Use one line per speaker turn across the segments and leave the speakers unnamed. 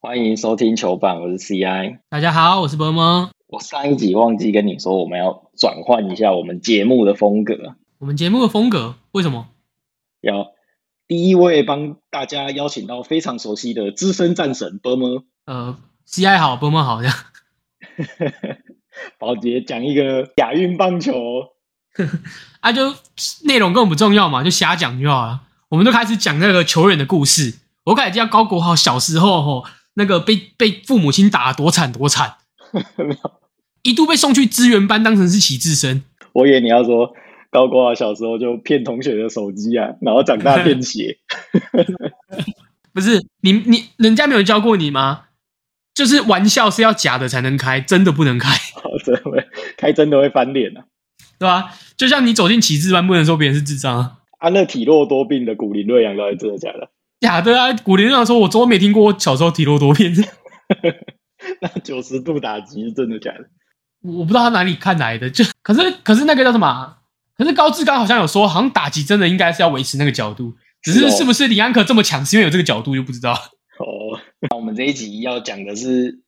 欢迎收听球板，我是 CI。
大家好，我是波波。
我上一集忘记跟你说，我们要转换一下我们节目的风格，
我们节目的风格为什么？
要第一位帮大家邀请到非常熟悉的资深战神波 波，
呃，CI 好，波波好这样。
宝杰讲一个亚运棒球，
啊，就内容更不重要嘛，就瞎讲就好了。我们就开始讲那个球员的故事。我开始讲高国豪小时候吼，那个被被父母亲打得多惨多惨，一度被送去支援班当成是旗帜生。
我以为你要说高国华小时候就骗同学的手机啊，然后长大骗 鞋。
不是你你人家没有教过你吗？就是玩笑是要假的才能开，真的不能开，
哦真的会开真的会翻脸啊！
对吧、就像你走进旗帜班，不能说别人是智障啊。
啊，那体弱多病的古林瑞阳到底真的假的？
假的啊！古连长说，我都没听过我小时候体弱多病，
那九十度打击是真的假的？
我不知道他哪里看来的。就可是可是那个叫什么啊？可是高志刚好像有说，好像打击真的应该是要维持那个角度，只
是
是
哦
是不是李安可这么强，是因为有这个角度就不知道。
哦，那我们这一集要讲的是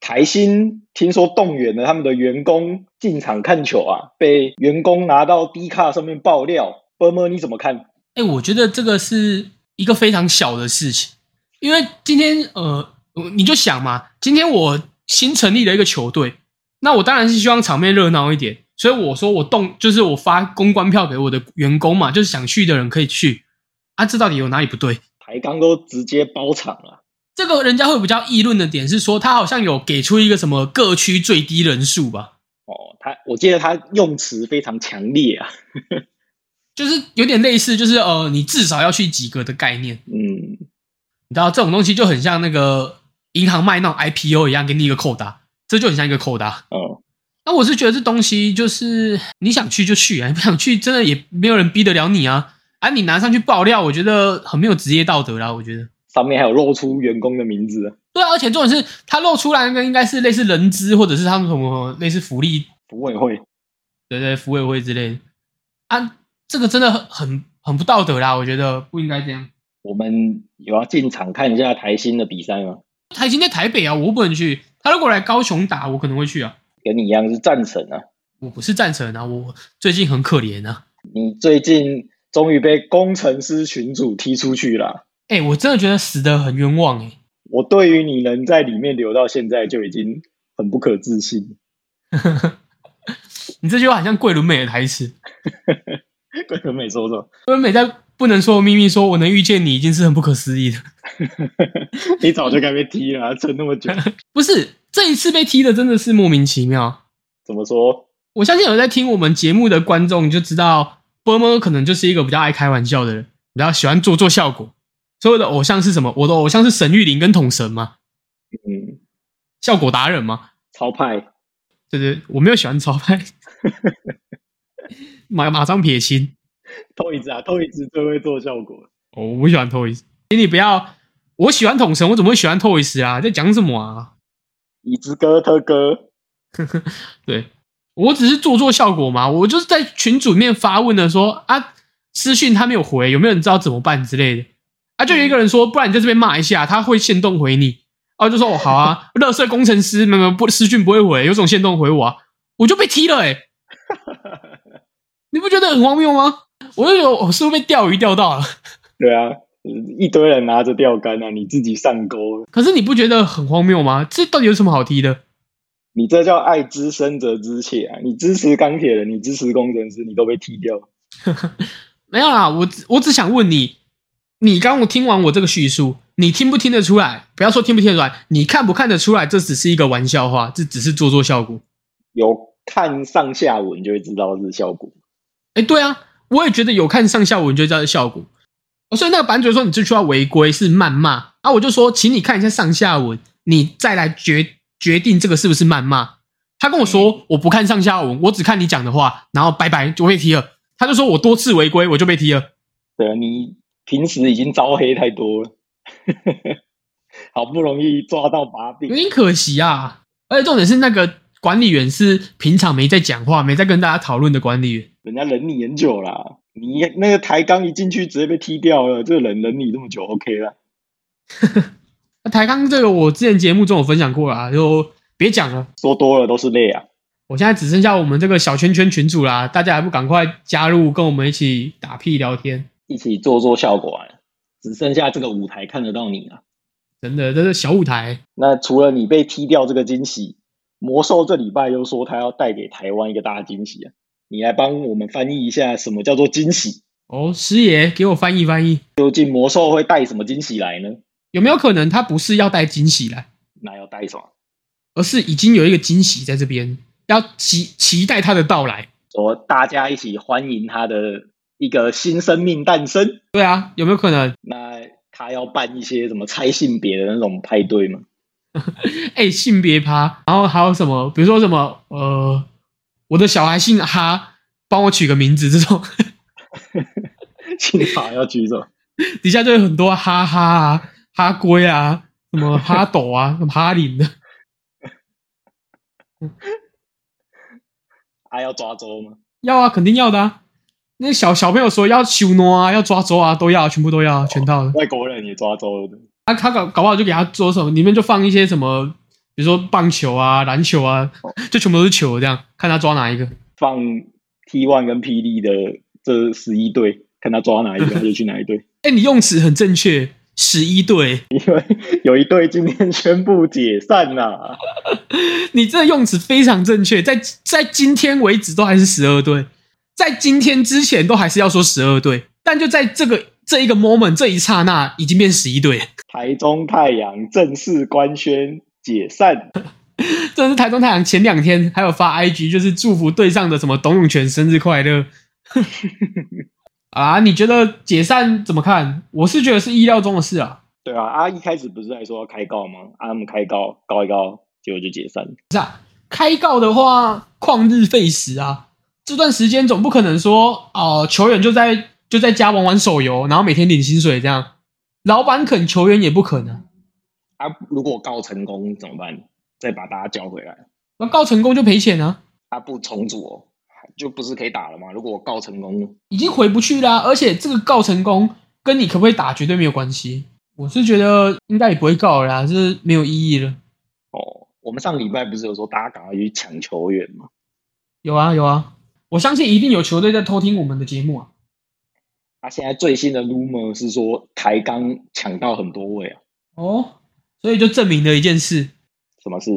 台新，听说动员了他们的员工进场看球啊，被员工拿到 D 卡上面爆料。波波你怎么看？
哎、我觉得这个是一个非常小的事情，因为今天呃，你就想嘛，今天我新成立了一个球队，那我当然是希望场面热闹一点，所以我说我动就是我发公关票给我的员工嘛，就是想去的人可以去啊，这到底有哪里不对？
台钢都直接包场了、
这个人家会比较议论的点是说，他好像有给出一个什么各区最低人数吧，
哦，他我记得他用词非常强烈啊。
就是有点类似，就是呃，你至少要去几个的概念。
嗯，
你知道这种东西就很像那个银行卖那种 IPO 一样，给你一个扣打，这就很像一个扣打。
哦，
那我是觉得这东西就是你想去就去啊，你不想去真的也没有人逼得了你啊。啊，你拿上去爆料，我觉得很没有职业道德啦。我觉得，
上面还有露出员工的名字啊，
对啊，而且重点是他露出来那个应该是类似人资或者是他们什么类似福利
服委会。
对对，服委会之类的啊，这个真的很很很不道德啦，我觉得不应该这样。
我们有要进场看一下台新的比赛吗？
他已经在台北啊，我不能去。他如果来高雄打，我可能会去啊。
跟你一样是战神啊。
我不是赞成啊，我最近很可怜啊。
你最近终于被工程师群主踢出去了啊、
哎，我真的觉得死得很冤枉哎、
我对于你能在里面留到现在就已经很不可置信。
你这句话很像桂纶镁的台词。
桂纶镁说说，
桂纶镁在《不能说的秘密》说：“我能遇见你已经是很不可思议的。
你早就该被踢了啊、撑那么久，”
不是这一次被踢的真的是莫名其妙。
怎么说？
我相信有在听我们节目的观众就知道，波波可能就是一个比较爱开玩笑的人，比较喜欢做做效果。所有的偶像是什么？我的偶像是沈玉琳跟统神嘛，
嗯，
效果达人嘛。
超派，
对对，我没有喜欢超派，马马上撇清。
偷椅子啊，偷椅子最会做效果。
哦，我不喜欢 Toys，请你不要。我喜欢统神，我怎么会喜欢 Toys 啊？在讲什么啊？
椅子哥特哥，
对我只是做做效果嘛，我就是在群组里面发问的说啊，私讯他没有回，有没有人知道怎么办之类的啊？就有一个人说，不然你在这边骂一下，他会限动回你。啊，我就说哦好啊，乐色工程师，没有没有不私讯不会回，有种限动回我啊，我就被踢了哎、你不觉得很荒谬吗？我就觉得我是不是被钓鱼钓到了？
对啊，一堆人拿着钓竿啊，你自己上钩，
可是你不觉得很荒谬吗？这到底有什么好踢的？
你这叫爱之深则之切啊！你支持钢铁人，你支持工程师，你都被踢掉。
没有啦，我只我只想问你，你刚我听完我这个叙述，你听不听得出来？不要说听不听得出来，你看不看得出来？这只是一个玩笑话，这只是做做效果。
有看上下文就会知道是效果。
哎，对啊，我也觉得有看上下文就知道是效果。哦所以那个版主说你这句话违规是谩骂啊，我就说请你看一下上下文，你再来决决定这个是不是谩骂。他跟我说我不看上下文，我只看你讲的话，然后拜拜就被踢了。他就说我多次违规，我就被踢了。
对啊，你平时已经招黑太多了， 好不容易抓到把
有
柄，
点可惜啊。而且重点是那个管理员是平常没在讲话、没在跟大家讨论的管理员。
人家忍你很久啦。你那个台刚一进去直接被踢掉了，这个人忍你这么久，OK 啦。
那台钢这个我之前节目中有分享过啦，就别讲了。
说多了都是泪啊。
我现在只剩下我们这个小圈圈群主啦，大家还不赶快加入，跟我们一起打屁聊天？
一起做做效果啊，只剩下这个舞台看得到你啊。
真的，这是小舞台，
那除了你被踢掉这个惊喜，魔兽这礼拜又说他要带给台湾一个大惊喜啊！你来帮我们翻译一下，什么叫做惊喜？
哦，师爷，给我翻译翻译，
究竟魔兽会带什么惊喜来呢？
有没有可能他不是要带惊喜来，
那要带什么？
而是已经有一个惊喜在这边，要期期待他的到来？
说大家一起欢迎他的一个新生命诞生。
对啊，有没有可能？
那他要办一些什么猜性别的那种派对吗？
哎、性别趴，然后还有什么？比如说什么？呃，我的小孩姓哈，帮我取个名字，这种
幸好要举手。
底下就有很多哈哈啊、哈龟啊、什么哈斗啊、什么哈林的。
还要抓周吗？
要啊，肯定要的啊。那小小朋友说要修诺啊，要抓周啊，都要，全部都要啊，全套的。
外国人也抓周的，
他、他搞搞不好就给他做什么，里面就放一些什么，比如说棒球啊、篮球啊，就全部都是球这样，看他抓哪一个。
放 T One 跟霹雳的这十一队，看他抓哪一个他就去哪一队。
哎、你用词很正确，十一队，
有一队今天宣布解散啦、
你这用词非常正确，在在今天为止都还是十二队，在今天之前都还是要说十二队，但就在这个这一个 moment 这一刹那，已经变十一 队了。
台中太阳正式官宣解散，
这是台中太阳前两天还有发 IG，就是祝福队上的什么董永泉生日快乐。 啊，你觉得解散怎么看？我是觉得是意料中的事啊。
对啊，啊一开始不是在说要开告吗？啊，他们开告告一告，结果就解散。
开告的话，旷日费时啊，这段时间总不可能说哦、球员就在就在家玩玩手游，然后每天领薪水这样。老板肯，球员也不肯啊。
啊，如果告成功怎么办？再把大家叫回来。
那告成功就赔钱啊，
啊，不重组哦，就不是可以打了吗？如果我告成功呢，
已经回不去啦、而且这个告成功跟你可不可以打绝对没有关系。我是觉得应该也不会告了啦，这是没有意义了。
哦，我们上礼拜不是有说大家赶快去抢球员吗？
有啊有啊，我相信一定有球队在偷听我们的节目啊。
啊，现在最新的 rumor 是说台钢抢到很多位啊，
哦，所以就证明了一件事，
什么事？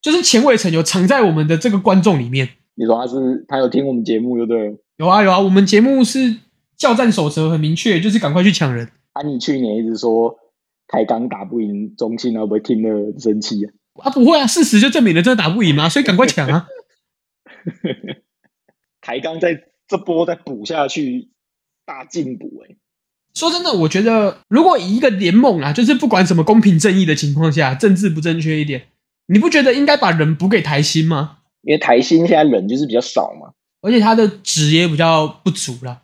就是钱伟成有藏在我们的这个观众里面。
你说他是他有听我们节目就对了。
有啊有啊，我们节目是叫战守则很明确，就是赶快去抢人。
啊，你去年一直说台钢打不赢中信，会不会听了很生气啊？
啊，不会啊，事实就证明了真的打不赢嘛，所以赶快抢啊！
台钢在这波再补下去，大进补哎、
说真的，我觉得如果以一个联盟啊，就是不管什么公平正义的情况下，政治不正确一点，你不觉得应该把人补给台新吗？
因为台新现在人就是比较少嘛。
而且他的职也比较不足啦，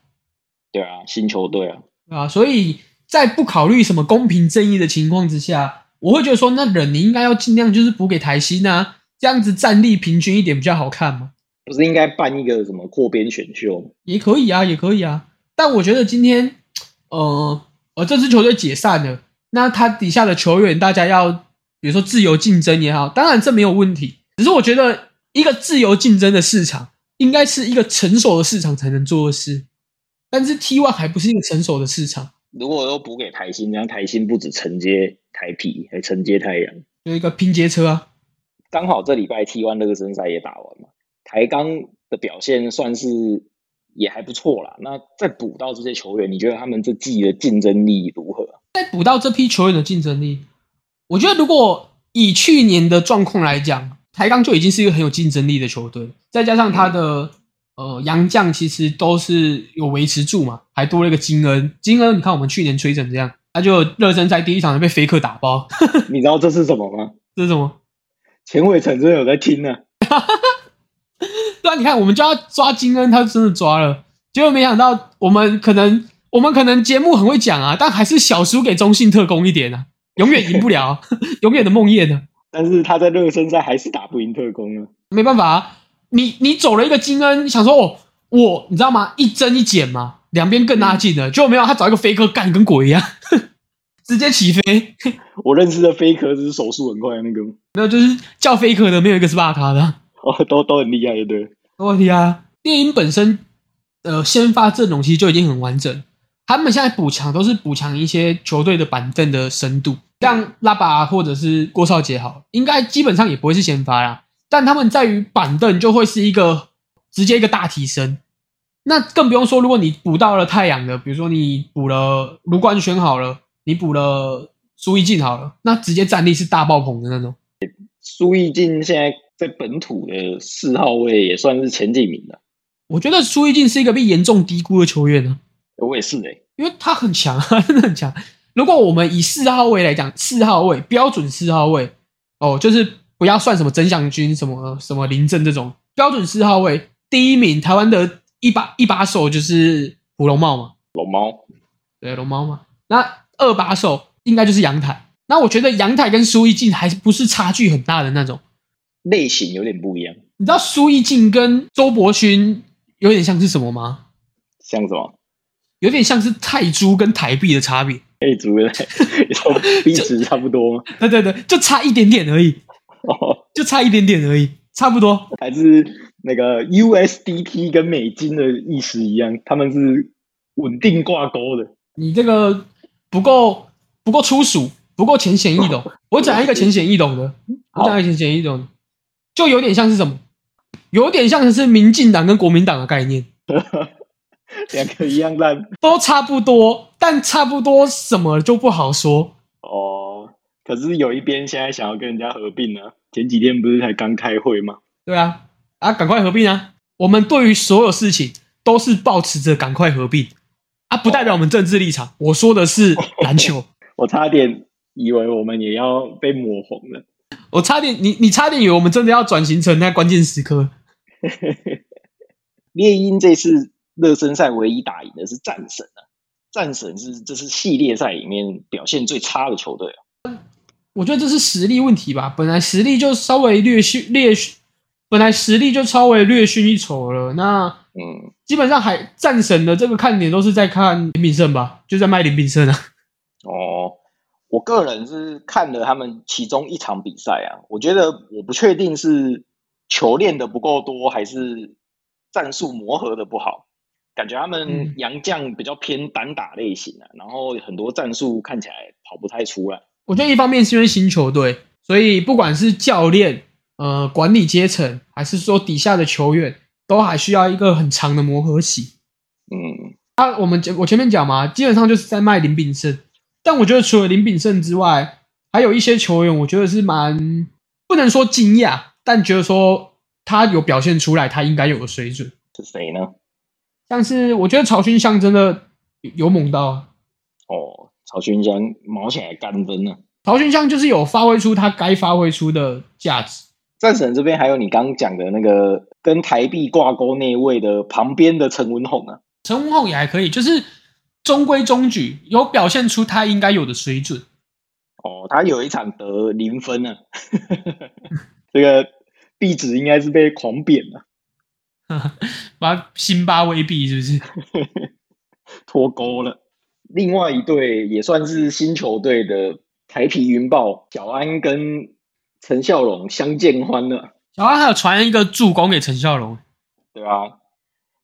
对啊，新球队啊，
对吧、所以在不考虑什么公平正义的情况之下，我会觉得说，那人你应该要尽量就是补给台新啊，这样子战力平均一点比较好看嘛，
不是应该办一个什么扩编选秀吗？
也可以啊，也可以啊。但我觉得今天，呃，呃，这支球队解散了，那他底下的球员大家要，比如说自由竞争也好，当然这没有问题，只是我觉得一个自由竞争的市场，应该是一个成熟的市场才能做的事，但是 T one 还不是一个成熟的市场。
如果都补给台新，这样台新不止承接台皮，还承接太阳。
有一个拼接车啊，
刚好这礼拜 T1 热身赛也打完嘛，台钢的表现算是也还不错啦。那再补到这些球员，你觉得他们这季的竞争力如何？
再补到这批球员的竞争力，我觉得如果以去年的状况来讲，台钢就已经是一个很有竞争力的球队，再加上他的呃洋将其实都是有维持住嘛，还多了一个金恩。金恩，你看我们去年吹成这样，他就热身赛第一场就被菲克打包，
你知道这是什么吗？
这是什么？
钱伟成真的有在听呢、
对啊，你看我们就要抓金恩，他真的抓了，结果没想到我们可能我们可能节目很会讲啊，但还是小输给中信特工一点啊，永远赢不了啊， 永远的梦魇呢、
但是他在热身赛还是打不赢特工啊。
没办法、啊，你你走了一个金恩，想说哦，我你知道吗？一增一减嘛，两边更拉近了，结果没有他找一个飞哥干得跟鬼一样， 直接起飞。
我认识的飞科就是手速很快的那个，
没有，就是叫飞科的，没有一个是巴卡的啊。
哦，都都很厉害，对。
我的天啊！猎鹰本身呃先发阵容其实就已经很完整，他们现在补强都是补强一些球队的板凳的深度，像拉巴啊或者是郭少杰好，应该基本上也不会是先发啦，但他们在于板凳就会是一个直接一个大提升。那更不用说，如果你补到了太阳的，比如说你补了卢冠轩好了，你补了苏一进好了，那直接战力是大爆棚的那种。
苏奕进现在在本土的四号位也算是前几名了，
我觉得苏一进是一个被严重低估的球员啊。
我也是哎、
因为他很强啊， 真的很强。如果我们以四号位来讲，四号位标准四号位哦，就是不要算什么曾祥军、什么呃什么林振这种标准四号位，第一名台湾的一把一把手就是胡龙茂嘛，
龙猫
对，龙猫嘛。那二把手应该就是杨凯。那我觉得杨凯跟苏奕静还不是差距很大的那种。
类型有点不一样，
你知道苏奕静跟周伯勋有点像是什么吗？
像什么？
有点像是泰铢跟台币的差别。
哎，主任，币值差不多吗？
对对对，就差一点点而已，
哦，
就差一点点而已，差不多。
还是那个 USDT 跟美金的意思一样，他们是稳定挂钩的。
你这个不够不够粗俗，不够浅显易懂。我讲一个浅显易懂的，我讲一个浅显易懂的，就有点像是什么，有点像是民进党跟国民党的概念，
两个一样烂
都差不多，但差不多什么就不好说。
哦。可是有一边现在想要跟人家合并呢、前几天不是才刚开会吗？
对啊，啊，赶快合并啊！我们对于所有事情都是保持着赶快合并啊，不代表我们政治立场。我说的是篮球，
我差点以为我们也要被抹红了。
我差点，你你差点以为我们真的要转型成那关键时刻。
猎鹰这次热身赛唯一打赢的是战神啊，战神是这是系列赛里面表现最差的球队啊。
我觉得这是实力问题吧。本来实力就稍微略逊略逊，本来实力就稍微略逊一筹了。那
嗯，
基本上还战神的这个看点都是在看林炳胜吧，就在卖林炳胜啊。
哦，我个人是看了他们其中一场比赛啊，我觉得我不确定是球练的不够多，还是战术磨合的不好。感觉他
嗯
们洋将比较偏单打类型啊，然后很多战术看起来跑不太出来。
我觉得一方面是因为新球队，所以不管是教练、呃管理阶层，还是说底下的球员，都还需要一个很长的磨合期。
嗯，
啊，我们前我前面讲嘛，基本上就是在卖林炳胜，但我觉得除了林炳胜之外，还有一些球员，我觉得是蛮不能说惊讶，但觉得说他有表现出来他应该有的水准。
是谁呢？
但是我觉得曹勋相真的有有猛到啊，
哦，曹勋江毛起来干分啊了、
曹勋相就是有发挥出他该发挥出的价值。
战神这边还有你刚刚讲的那个跟台币挂钩那一位的旁边的陈文宏啊，
陈文宏也还可以，就是中规中矩，有表现出他应该有的水准。
哦，他有一场得零分呢、啊， 这个币值应该是被狂贬啊了、
把辛巴威毙是不是？
脱钩了。另外一队也算是新球队的台皮云豹，小安跟陈孝荣相见欢了，
小安还有传一个助攻给陈孝龙，
对吧、啊？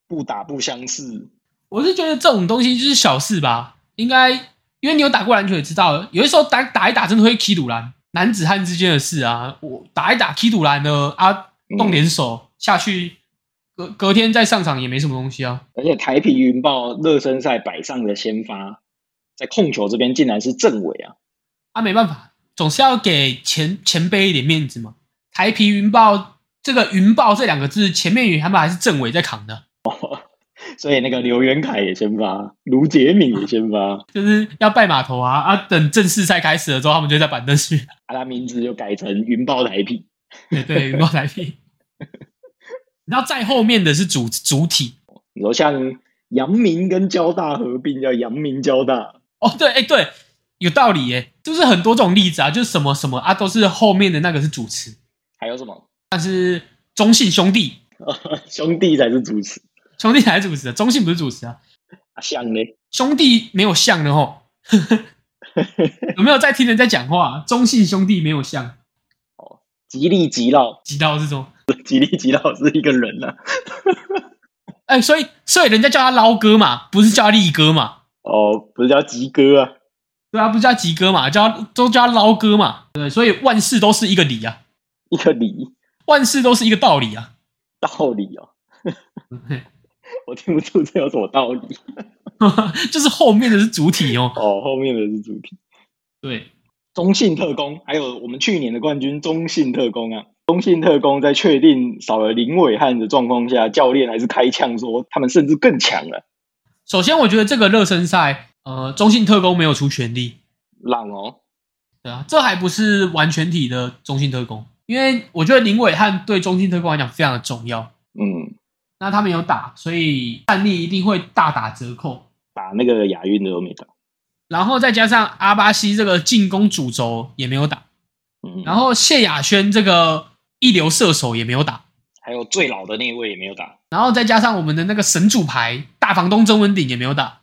不打不相识，
我是觉得这种东西就是小事吧，应该因为你有打过篮球也知道，有的时候打打一打真的会踢堵篮，男子汉之间的事啊，我打一打踢堵篮呢啊，
嗯
动点手、下去，隔隔天再上场也没什么东西啊。
而且台啤云豹热身赛摆上的先发，在控球这边竟然是政委啊！
啊，没办法，总是要给前前辈一点面子嘛。台皮云豹这个“云豹”这两个字，前面他们还是政委在扛的，
所以那个刘元凯也先发，卢杰敏也先发，啊
就是要拜码头啊啊！等正式赛开始了之后，他们就在板凳去。
啊，他名字就改成云豹台啤。
对对，云豹台皮。然后在后面的是主主体
你说像阳明跟交大合并叫阳明交大，
哦，对，哎对，有道理耶，就是很多种例子啊，就是什么什么啊，都是后面的那个是主持，
还有什么
但是中信兄弟
兄弟才是主持
兄弟才是主持的，中信不是主持啊，
啊，像嘞，
兄弟没有像的吼， 有没有在听人在讲话？啊中信兄弟没有像
吉利吉老，
吉到这种，
吉利吉老是一个人啊呐、
哎、所以所以人家叫他捞哥嘛，不是叫他力哥嘛，
哦，不是叫吉哥啊，
对啊，不是叫他吉哥嘛，叫他都叫他捞哥嘛，对，所以万事都是一个理啊，
一个理
万事都是一个道理啊，
道理哦，我听不出这有什么道理。
就是后面的是主体哦，
哦，后面的是主题。
对，
中信特工，还有我们去年的冠军中信特工啊，中信特工在确定少了林伟汉的状况下，教练还是开枪说他们甚至更强了。
首先我觉得这个热身赛，呃，中信特工没有出全力，
朗哦，
对啊，这还不是完全体的中信特工，因为我觉得林伟汉对中信特工来讲非常的重要。
嗯，
那他们有打，所以战力一定会大打折扣。
打那个亚运的都没打。
然后再加上阿巴西这个进攻主轴也没有打，
嗯，
然后谢亚轩这个一流射手也没有打，
还有最老的那位也没有打。
然后再加上我们的那个神主牌大房东曾文鼎也没有打，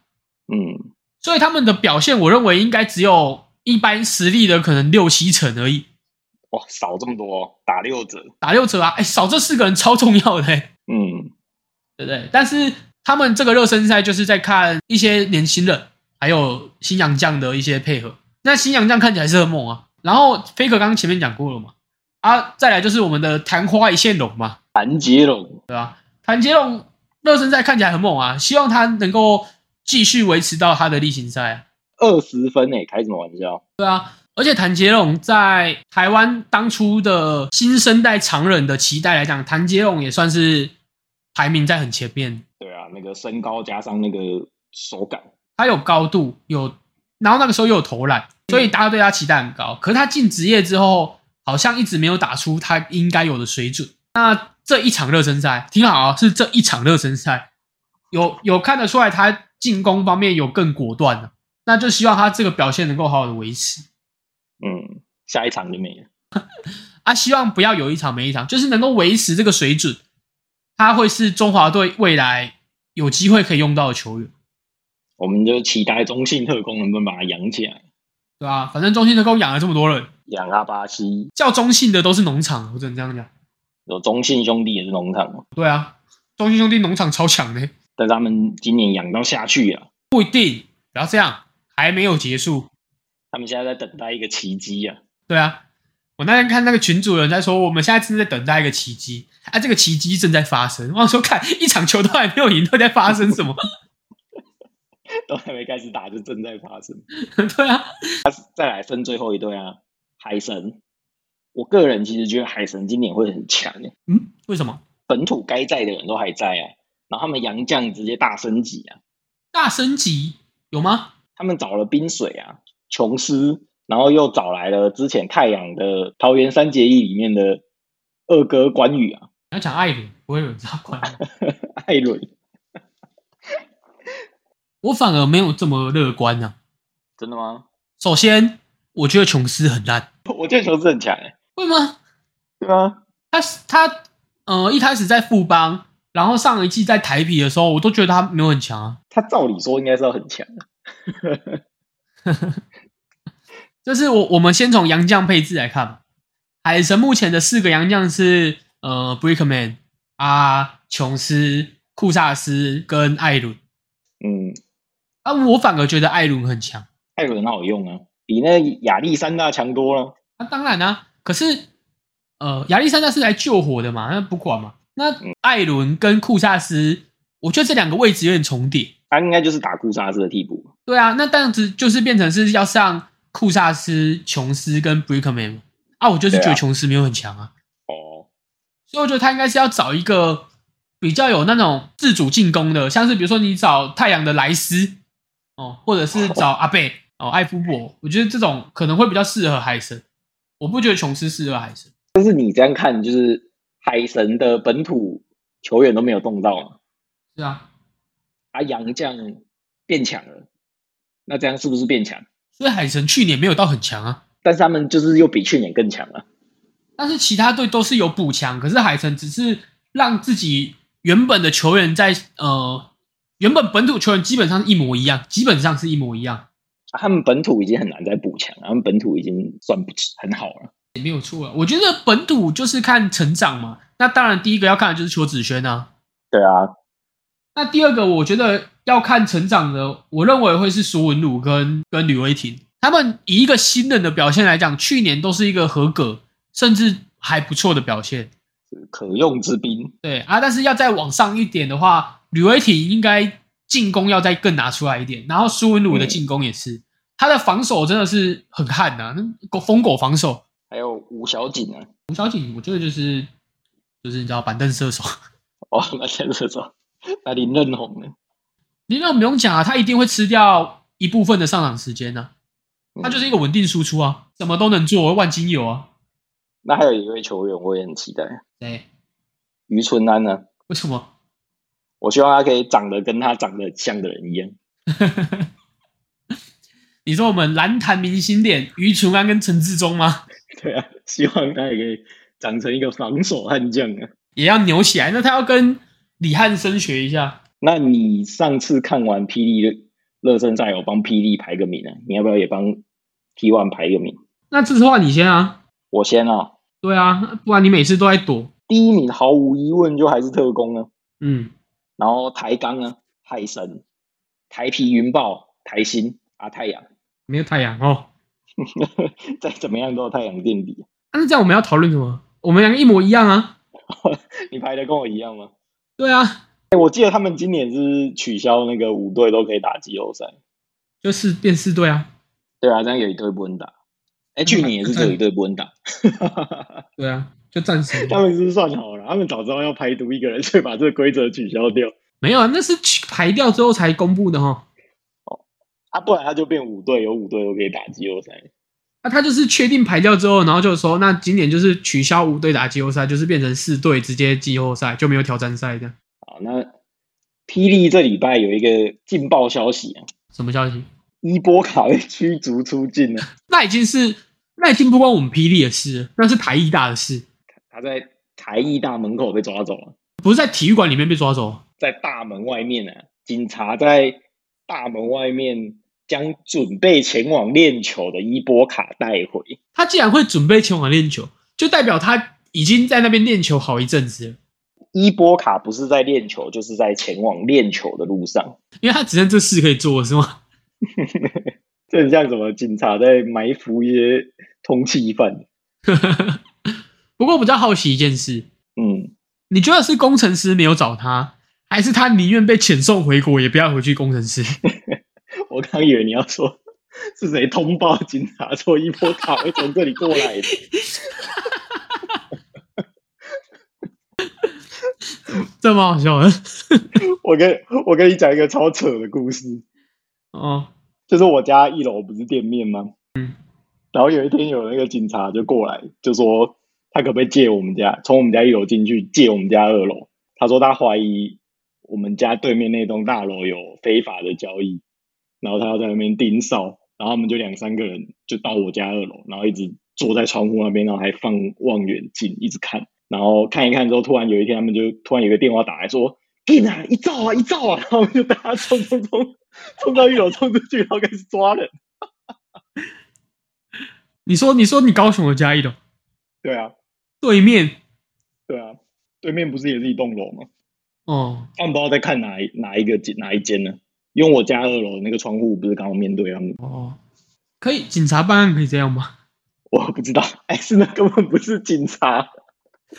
嗯，
所以他们的表现我认为应该只有一般实力的可能六七成而已，
哇，少这么多、哦，打六折。
打六折啊！哎，少这四个人超重要的、欸。
嗯，
对不对？但是他们这个热身赛就是在看一些年轻人，还有新洋将的一些配合。那新洋将看起来是很猛啊。然后飞可刚刚前面讲过了嘛，啊，再来就是我们的昙花一现龙嘛，
谭杰龙，
谭杰龙热身赛看起来很猛啊，希望他能够继续维持到他的例行赛、啊。
二十分诶，开什么玩笑？
而且谭杰龙在台湾当初的新生代常人的期待来讲，谭杰龙也算是排名在很前面
对啊，那个身高加上那个手感，
他有高度，有，然后那个时候又有投篮，所以大家对他期待很高。可是他进职业之后，好像一直没有打出他应该有的水准。那这一场热身赛，听好啊，是这一场热身赛，有有看得出来他进攻方面有更果断了、那就希望他这个表现能够好好的维持
嗯，下一场就没了。
啊，希望不要有一场没一场，就是能够维持这个水准，他会是中华队未来有机会可以用到的球员。
我们就期待中信特工能不能把它养起来，
对吧、反正中信特工养了这么多人，
养阿巴西，
叫中信的都是农场，我只能这样讲。
有中信兄弟也是农场嘛，
对啊，中信兄弟农场超强的，
但是他们今年养到下去啊，
不一定。不要这样，还没有结束。
他们现在在等待一个奇迹啊，
对啊，我那天看那个群主人在说，我们现在正在等待一个奇迹，啊，这个奇迹正在发生。我想说，看一场球都还没有赢，到底在发生什么？
都还没开始打就正在发生。
对啊，
再来分最后一队啊，海神，我个人其实觉得海神今年会很强耶，
嗯，为什么
本土该在的人都还在啊，然后他们洋将直接大升级啊，
大升级有吗？
他们找了冰水啊、琼斯，然后又找来了之前太阳的桃园三结义里面的二哥关羽啊，
你要讲艾伦，不会有人知道关于
艾伦。
我反而没有这么乐观呢、
真的吗？
首先，我觉得琼斯很烂，
我觉得琼斯很强哎，
会吗？
对啊，
他他呃一开始在富邦，然后上一季在台啤的时候，我都觉得他没有很强啊。
他照理说应该是要很强的，
就是我我们先从洋将配置来看吧。海神目前的四个洋将是呃 Brickman、啊琼斯、库萨斯跟艾伦
嗯，
啊，我反而觉得艾伦很强。
艾伦很好用啊，比那亚历山大强多了。
那、当然啊，可是呃亚历山大是来救火的嘛，那不管嘛。那
嗯
艾伦跟库萨斯，我觉得这两个位置有点重叠。
他应该就是打库萨斯的替补，
对啊，那这样子就是变成是要上库萨斯、琼斯跟 Brickman 嘛啊，我就是觉
对
得
啊
琼斯没有很强啊。
哦，
所以我觉得他应该是要找一个比较有那种自主进攻的，像是比如说你找太阳的莱斯哦，或者是找阿贝哦艾夫伯，我觉得这种可能会比较适合海神。我不觉得琼斯适合海神，
就是你这样看，就是海神的本土球员都没有动到嘛，
是啊，
啊，洋将变强了，那这样是不是变强？
所以海神去年没有到很强啊，
但是他们就是又比去年更强了，
但是其他队都是有补强，可是海神只是让自己原本的球员在呃原本本土球员基本上是一模一样，基本上是一模一样，
啊他们本土已经很难再补强了，他们本土已经算不起很好了。
也没有错啊。我觉得本土就是看成长嘛。那当然，第一个要看的就是邱子轩啊。
对啊，
那第二个，我觉得要看成长的，我认为会是苏文鲁跟跟吕威霆。他们以一个新人的表现来讲，去年都是一个合格，甚至还不错的表现。
可用之兵，
对啊，但是要再往上一点的话，吕威霆应该进攻要再更拿出来一点，然后苏文鲁的进攻也是，他的防守真的是很悍呐、那狗疯狗防守，
还有吴小景啊，
吴小景我觉得就是就是你知道板凳射手，
哦，那先射手，那林任红呢？
你那不用讲啊，他一定会吃掉一部分的上场时间呢、他就是一个稳定输出啊，什么都能做，万金油啊，
那还有一位球员我也很期待，
对，
于春安呢、
为什么？
我希望他可以长得跟他长得很像的人一样。
你说我们篮坛明星点于琼安跟陈志忠吗？
对啊，希望他也可以长成一个防守悍将啊。
也要扭起来，那他要跟李汉生学一下。
那你上次看完霹雳的热身赛，有帮霹雳排个名啊？你要不要也帮 T One 排个名？
那这次换你先啊，
我先啊，
对啊，不然你每次都在躲。
第一名毫无疑问就还是特工啊，
嗯，
然后台钢啊、海神、台皮云豹、台新啊、太阳，
没有太阳哦。
再怎么样都有太阳垫底。
但啊是这样我们要讨论什么？我们两个一模一样啊。
你排的跟我一样吗？
对啊，
哎、我记得他们今年是取消那个五队都可以打季后赛。
就是变四队啊。
对啊，这样有一队不能打。哎、去年也是只有一队不能打。
对啊，就暂时
他们是算好了，他们早知道要排毒一个人，所以把这个规则取消掉
没有啊，那是去排掉之后才公布的哈。
啊，不然他就变五队，有五队都可以打季后赛。
那、啊他就是确定排掉之后，然后就说，那今年就是取消五队打季后赛，就是变成四队直接季后赛，就没有挑战赛这样。
好，那霹雳这礼拜有一个劲爆消息啊，
什么消息？
伊波卡被驱逐出境了，
那已经是那已经不关我们霹雳的事了，那是台艺大的事，
他在台艺大门口被抓走了，
不是在体育馆里面被抓走。哦
在大门外面啊，警察在大门外面将准备前往练球的伊波卡带回。
他既然会准备前往练球，就代表他已经在那边练球好一阵子了，
伊波卡不是在练球，就是在前往练球的路上。
因为他只剩这事可以做，是吗？
这很像什么警察在埋伏一些通缉犯。
不过我比较好奇一件事，
嗯，
你觉得是工程师没有找他，还是他宁愿被遣送回国，也不要回去工程师？
我刚以为你要说是谁通报警察说伊波卡会从这里过来的，
这蛮好笑的
我跟我跟你讲一个超扯的故事，
哦。
就是我家一楼不是店面吗？嗯，然后有一天有那个警察就过来，就说他可不可以借我们家从我们家一楼进去借我们家二楼？他说他怀疑我们家对面那栋大楼有非法的交易，然后他要在那边盯梢，然后他们就两三个人就到我家二楼，然后一直坐在窗户那边，然后还放望远镜一直看，然后看一看之后，突然有一天他们就突然有个电话打来说。进啊！一照啊，一照啊！然后就大家冲冲冲，冲到一楼冲出去，然后开始抓人。
你说，你说你高雄的嘉义的
对啊，
对面
对啊，对面不是也是一栋楼吗？
哦，
他们不知道在看哪一哪一个间哪一间呢？因为我家二楼那个窗户不是刚好面对他们，
哦，可以，警察办案可以这样吗？
我不知道， 哎，是那根本不是警察，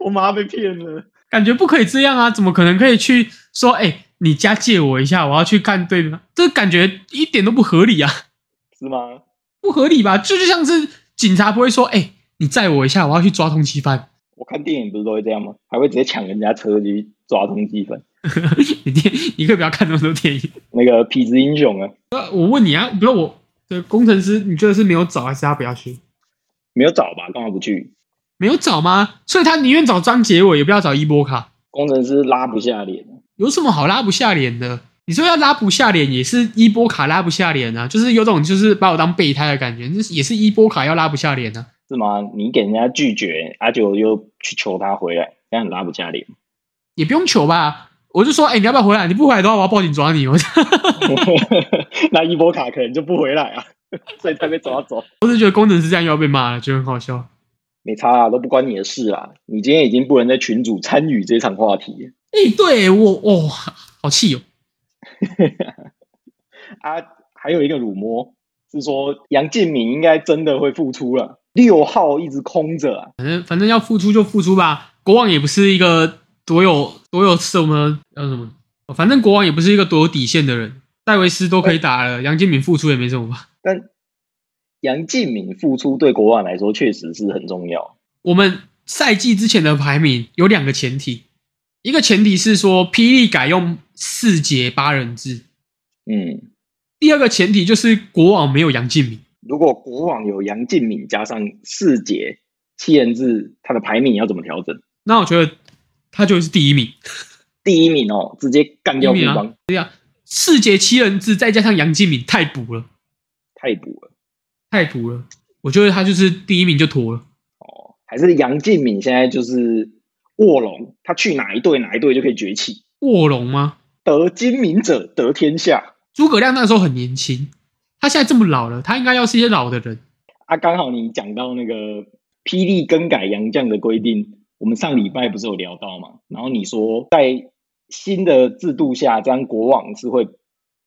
我妈被骗了。
感觉不可以这样啊，怎么可能可以去说，哎、你家借我一下，我要去看对面，这感觉一点都不合理啊，
是吗？
不合理吧？这就像是警察不会说，哎、你载我一下，我要去抓通缉犯。
我看电影不是都会这样吗？还会直接抢人家车去抓通缉犯。
你电，你可以不要看那么多电影。
那个痞子英雄啊，
呃，我问你啊，比如我的工程师，你觉得是没有找还是他不要去？
没有找吧？干嘛不去？
没有找吗？所以他宁愿找张杰伟，也不要找伊波卡。
工程师拉不下脸，
有什么好拉不下脸的？你说要拉不下脸，也是伊波卡拉不下脸啊，就是有种就是把我当备胎的感觉，就是也是伊波卡要拉不下脸啊。
是吗？你给人家拒绝，阿九又去求他回来，这样很拉不下脸。
也不用求吧。我就说，哎、你要不要回来？你不回来的话，我要报警抓你。我
那伊波卡可能就不回来啊， 所以才被抓走。
我是觉得工程师这样又要被骂了，觉得很好笑。
没差啊，都不关你的事啊。你今天已经不能在群组参与这场话题了
哎、对我，哦，好气哦。
啊。还有一个辱没是说杨敬敏应该真的会复出了，六号一直空着啊。
反正反正要付出就付出吧。国王也不是一个多有多有什么叫什么，哦反正国王也不是一个多有底线的人。戴维斯都可以打了，杨建敏付出也没什么吧。
但杨敬敏复出对国王来说确实是很重要。
我们赛季之前的排名有两个前提，一个前提是说霹雳改用四节八人制，
嗯，
第二个前提就是国王没有杨建敏。
如果国王有杨敬敏加上四节七人制，他的排名要怎么调整？
那我觉得他就会是第一名。
第一名哦，直接干掉对方，
四节七人制再加上杨建敏，太补了，
太补了
太补了。我觉得他就是第一名就妥了。
哦。还是杨敬敏现在就是卧龙，他去哪一队哪一队就可以崛起，
卧龙吗？
得金明者得天下
诸葛亮那时候很年轻，他现在这么老了，他应该要是一些老的人。
啊。刚好你讲到那个霹雳更改杨将的规定，我们上礼拜不是有聊到嘛？然后你说在新的制度下，这样国网是会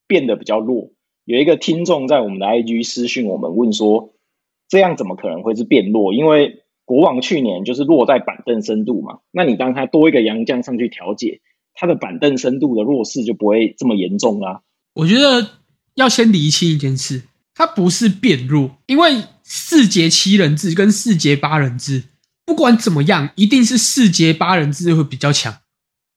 变得比较弱。有一个听众在我们的 IG 私讯我们问说，这样怎么可能会是变弱？因为国王去年就是落在板凳深度嘛，那你当他多一个洋将上去调解，他的板凳深度的弱势就不会这么严重啦、
我觉得要先厘清一件事，他不是变弱，因为四节七人制跟四节八人制，不管怎么样，一定是四节八人制会比较强。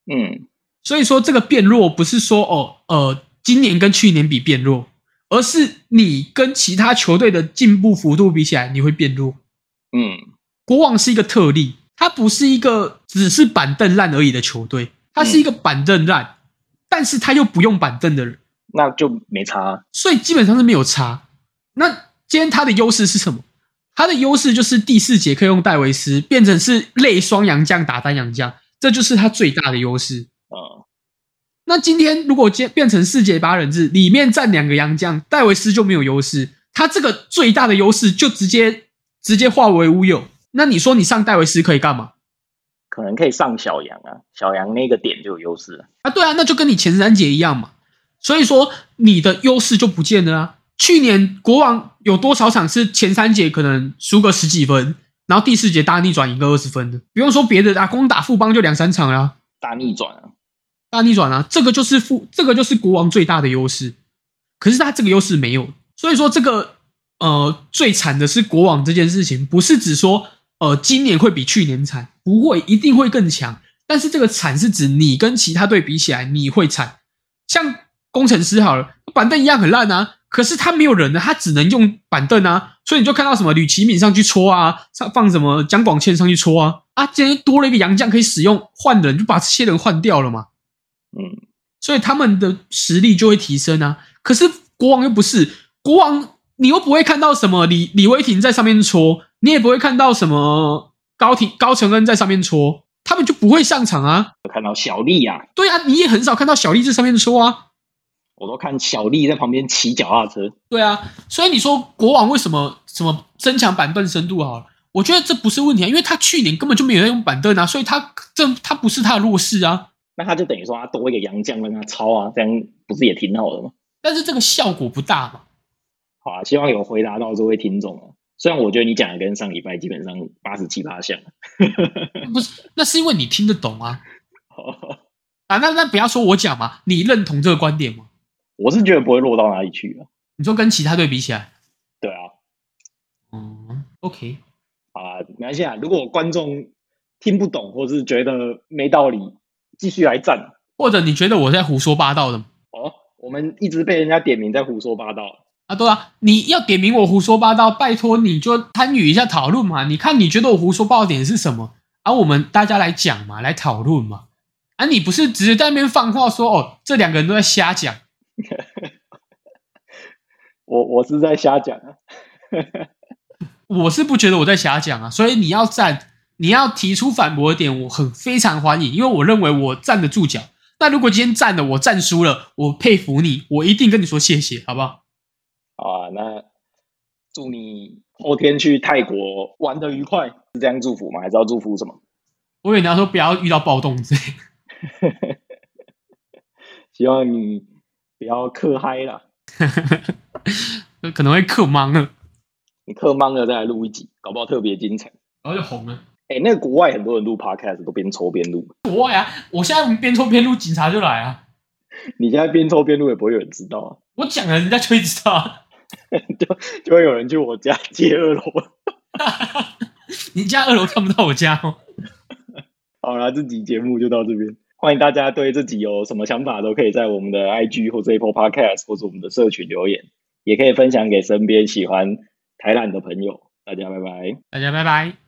嗯，
所以说这个变弱不是说哦呃今年跟去年比变弱，而是你跟其他球队的进步幅度比起来，你会变弱。
嗯，
国王是一个特例，它不是一个只是板凳烂而已的球队，它是一个板凳烂，但是他又不用板凳的人，
那就没差。
所以基本上是没有差。那今天他的优势是什么？他的优势就是第四节可以用戴维斯变成是类双阳将打单阳将，这就是他最大的优势。
嗯，
那今天如果今天变成四节八人制，里面站两个洋将，戴维斯就没有优势，他这个最大的优势就直接直接化为乌有。那你说你上戴维斯可以干嘛？
可能可以上小杨啊，小杨那个点就有优势了。
啊，对啊，那就跟你前三节一样嘛。所以说你的优势就不见了啊。去年国王有多少场是前三节可能输个十几分，然后第四节大逆转赢个二十分的？不用说别的啊，光打富邦就两三场啦、
大逆转啊，
大逆转啊，这个就是负，这个就是国王最大的优势。可是他这个优势没有，所以说这个呃最惨的是国王这件事情，不是指说呃今年会比去年惨，不会，一定会更强。但是这个惨是指你跟其他队比起来你会惨，像工程师好了，板凳一样很烂啊，可是他没有人啊，他只能用板凳啊，所以你就看到什么吕其敏上去戳啊，上放什么姜广倩上去戳啊，啊，今天多了一个洋将可以使用换人，就把这些人换掉了嘛。
嗯，
所以他们的实力就会提升啊。可是国王又不是国王，你又不会看到什么李李威霆在上面戳，你也不会看到什么高廷高承恩在上面戳，他们就不会上场啊。
我看到小丽啊，
对啊，你也很少看到小丽在上面戳啊。
我都看小丽在旁边骑脚踏车。
对啊，所以你说国王为什么什么增强板凳深度好了？我觉得这不是问题啊，因为他去年根本就没有在用板凳啊，所以他这他不是他的弱势啊。
那他就等于说他多一个洋将让他抄啊，这样不是也挺好的吗？
但是这个效果不大嘛。
好啊，希望有回答到这位听众啊。虽然我觉得你讲的跟上礼拜基本上八十七八像，啊
不是，那是因为你听得懂啊。啊，那那不要说我讲嘛，你认同这个观点吗？
我是觉得不会落到哪里去啊。
你说跟其他队比起来，
对啊，
嗯，OK，
好啊，没关系啊。如果观众听不懂或是觉得没道理，继续来站
或者你觉得我在胡说八道的吗
哦。我们一直被人家点名在胡说八道，
啊？对啊，你要点名我胡说八道，拜托你就参与一下讨论嘛。你看你觉得我胡说八道点是什么？啊，我们大家来讲嘛，来讨论嘛。啊，你不是只是在那边放话说哦，这两个人都在瞎讲，
我我是在瞎讲啊。
我是不觉得我在瞎讲啊，所以你要站，你要提出反驳的点，我很非常欢迎，因为我认为我站得住脚。那如果今天站了，我站输了，我佩服你，我一定跟你说谢谢，好不好？
好啊，那祝你后天去泰国玩的愉快，是这样祝福吗？还是要祝福什么？
我以为你要说不要遇到暴动之类的，
希望你不要嗑嗨啦，
就可能会克盲了，
你嗑懵了再来录一集，搞不好特别精彩。
然后就红了。
哎、那个国外很多人录 podcast 都边抽边录，
国外啊，我现在边抽边录，警察就来啊！
你现在边抽边录也不会有人知道啊，
我讲了，人家就会知道啊。
就会有人去我家借二楼。
你家二楼看不到我家哦。
好啦，这集节目就到这边。欢迎大家对这集有什么想法，都可以在我们的 IG 或者 Apple Podcast 或者我们的社群留言，也可以分享给身边喜欢台懒的朋友。大家拜拜。
大家拜拜。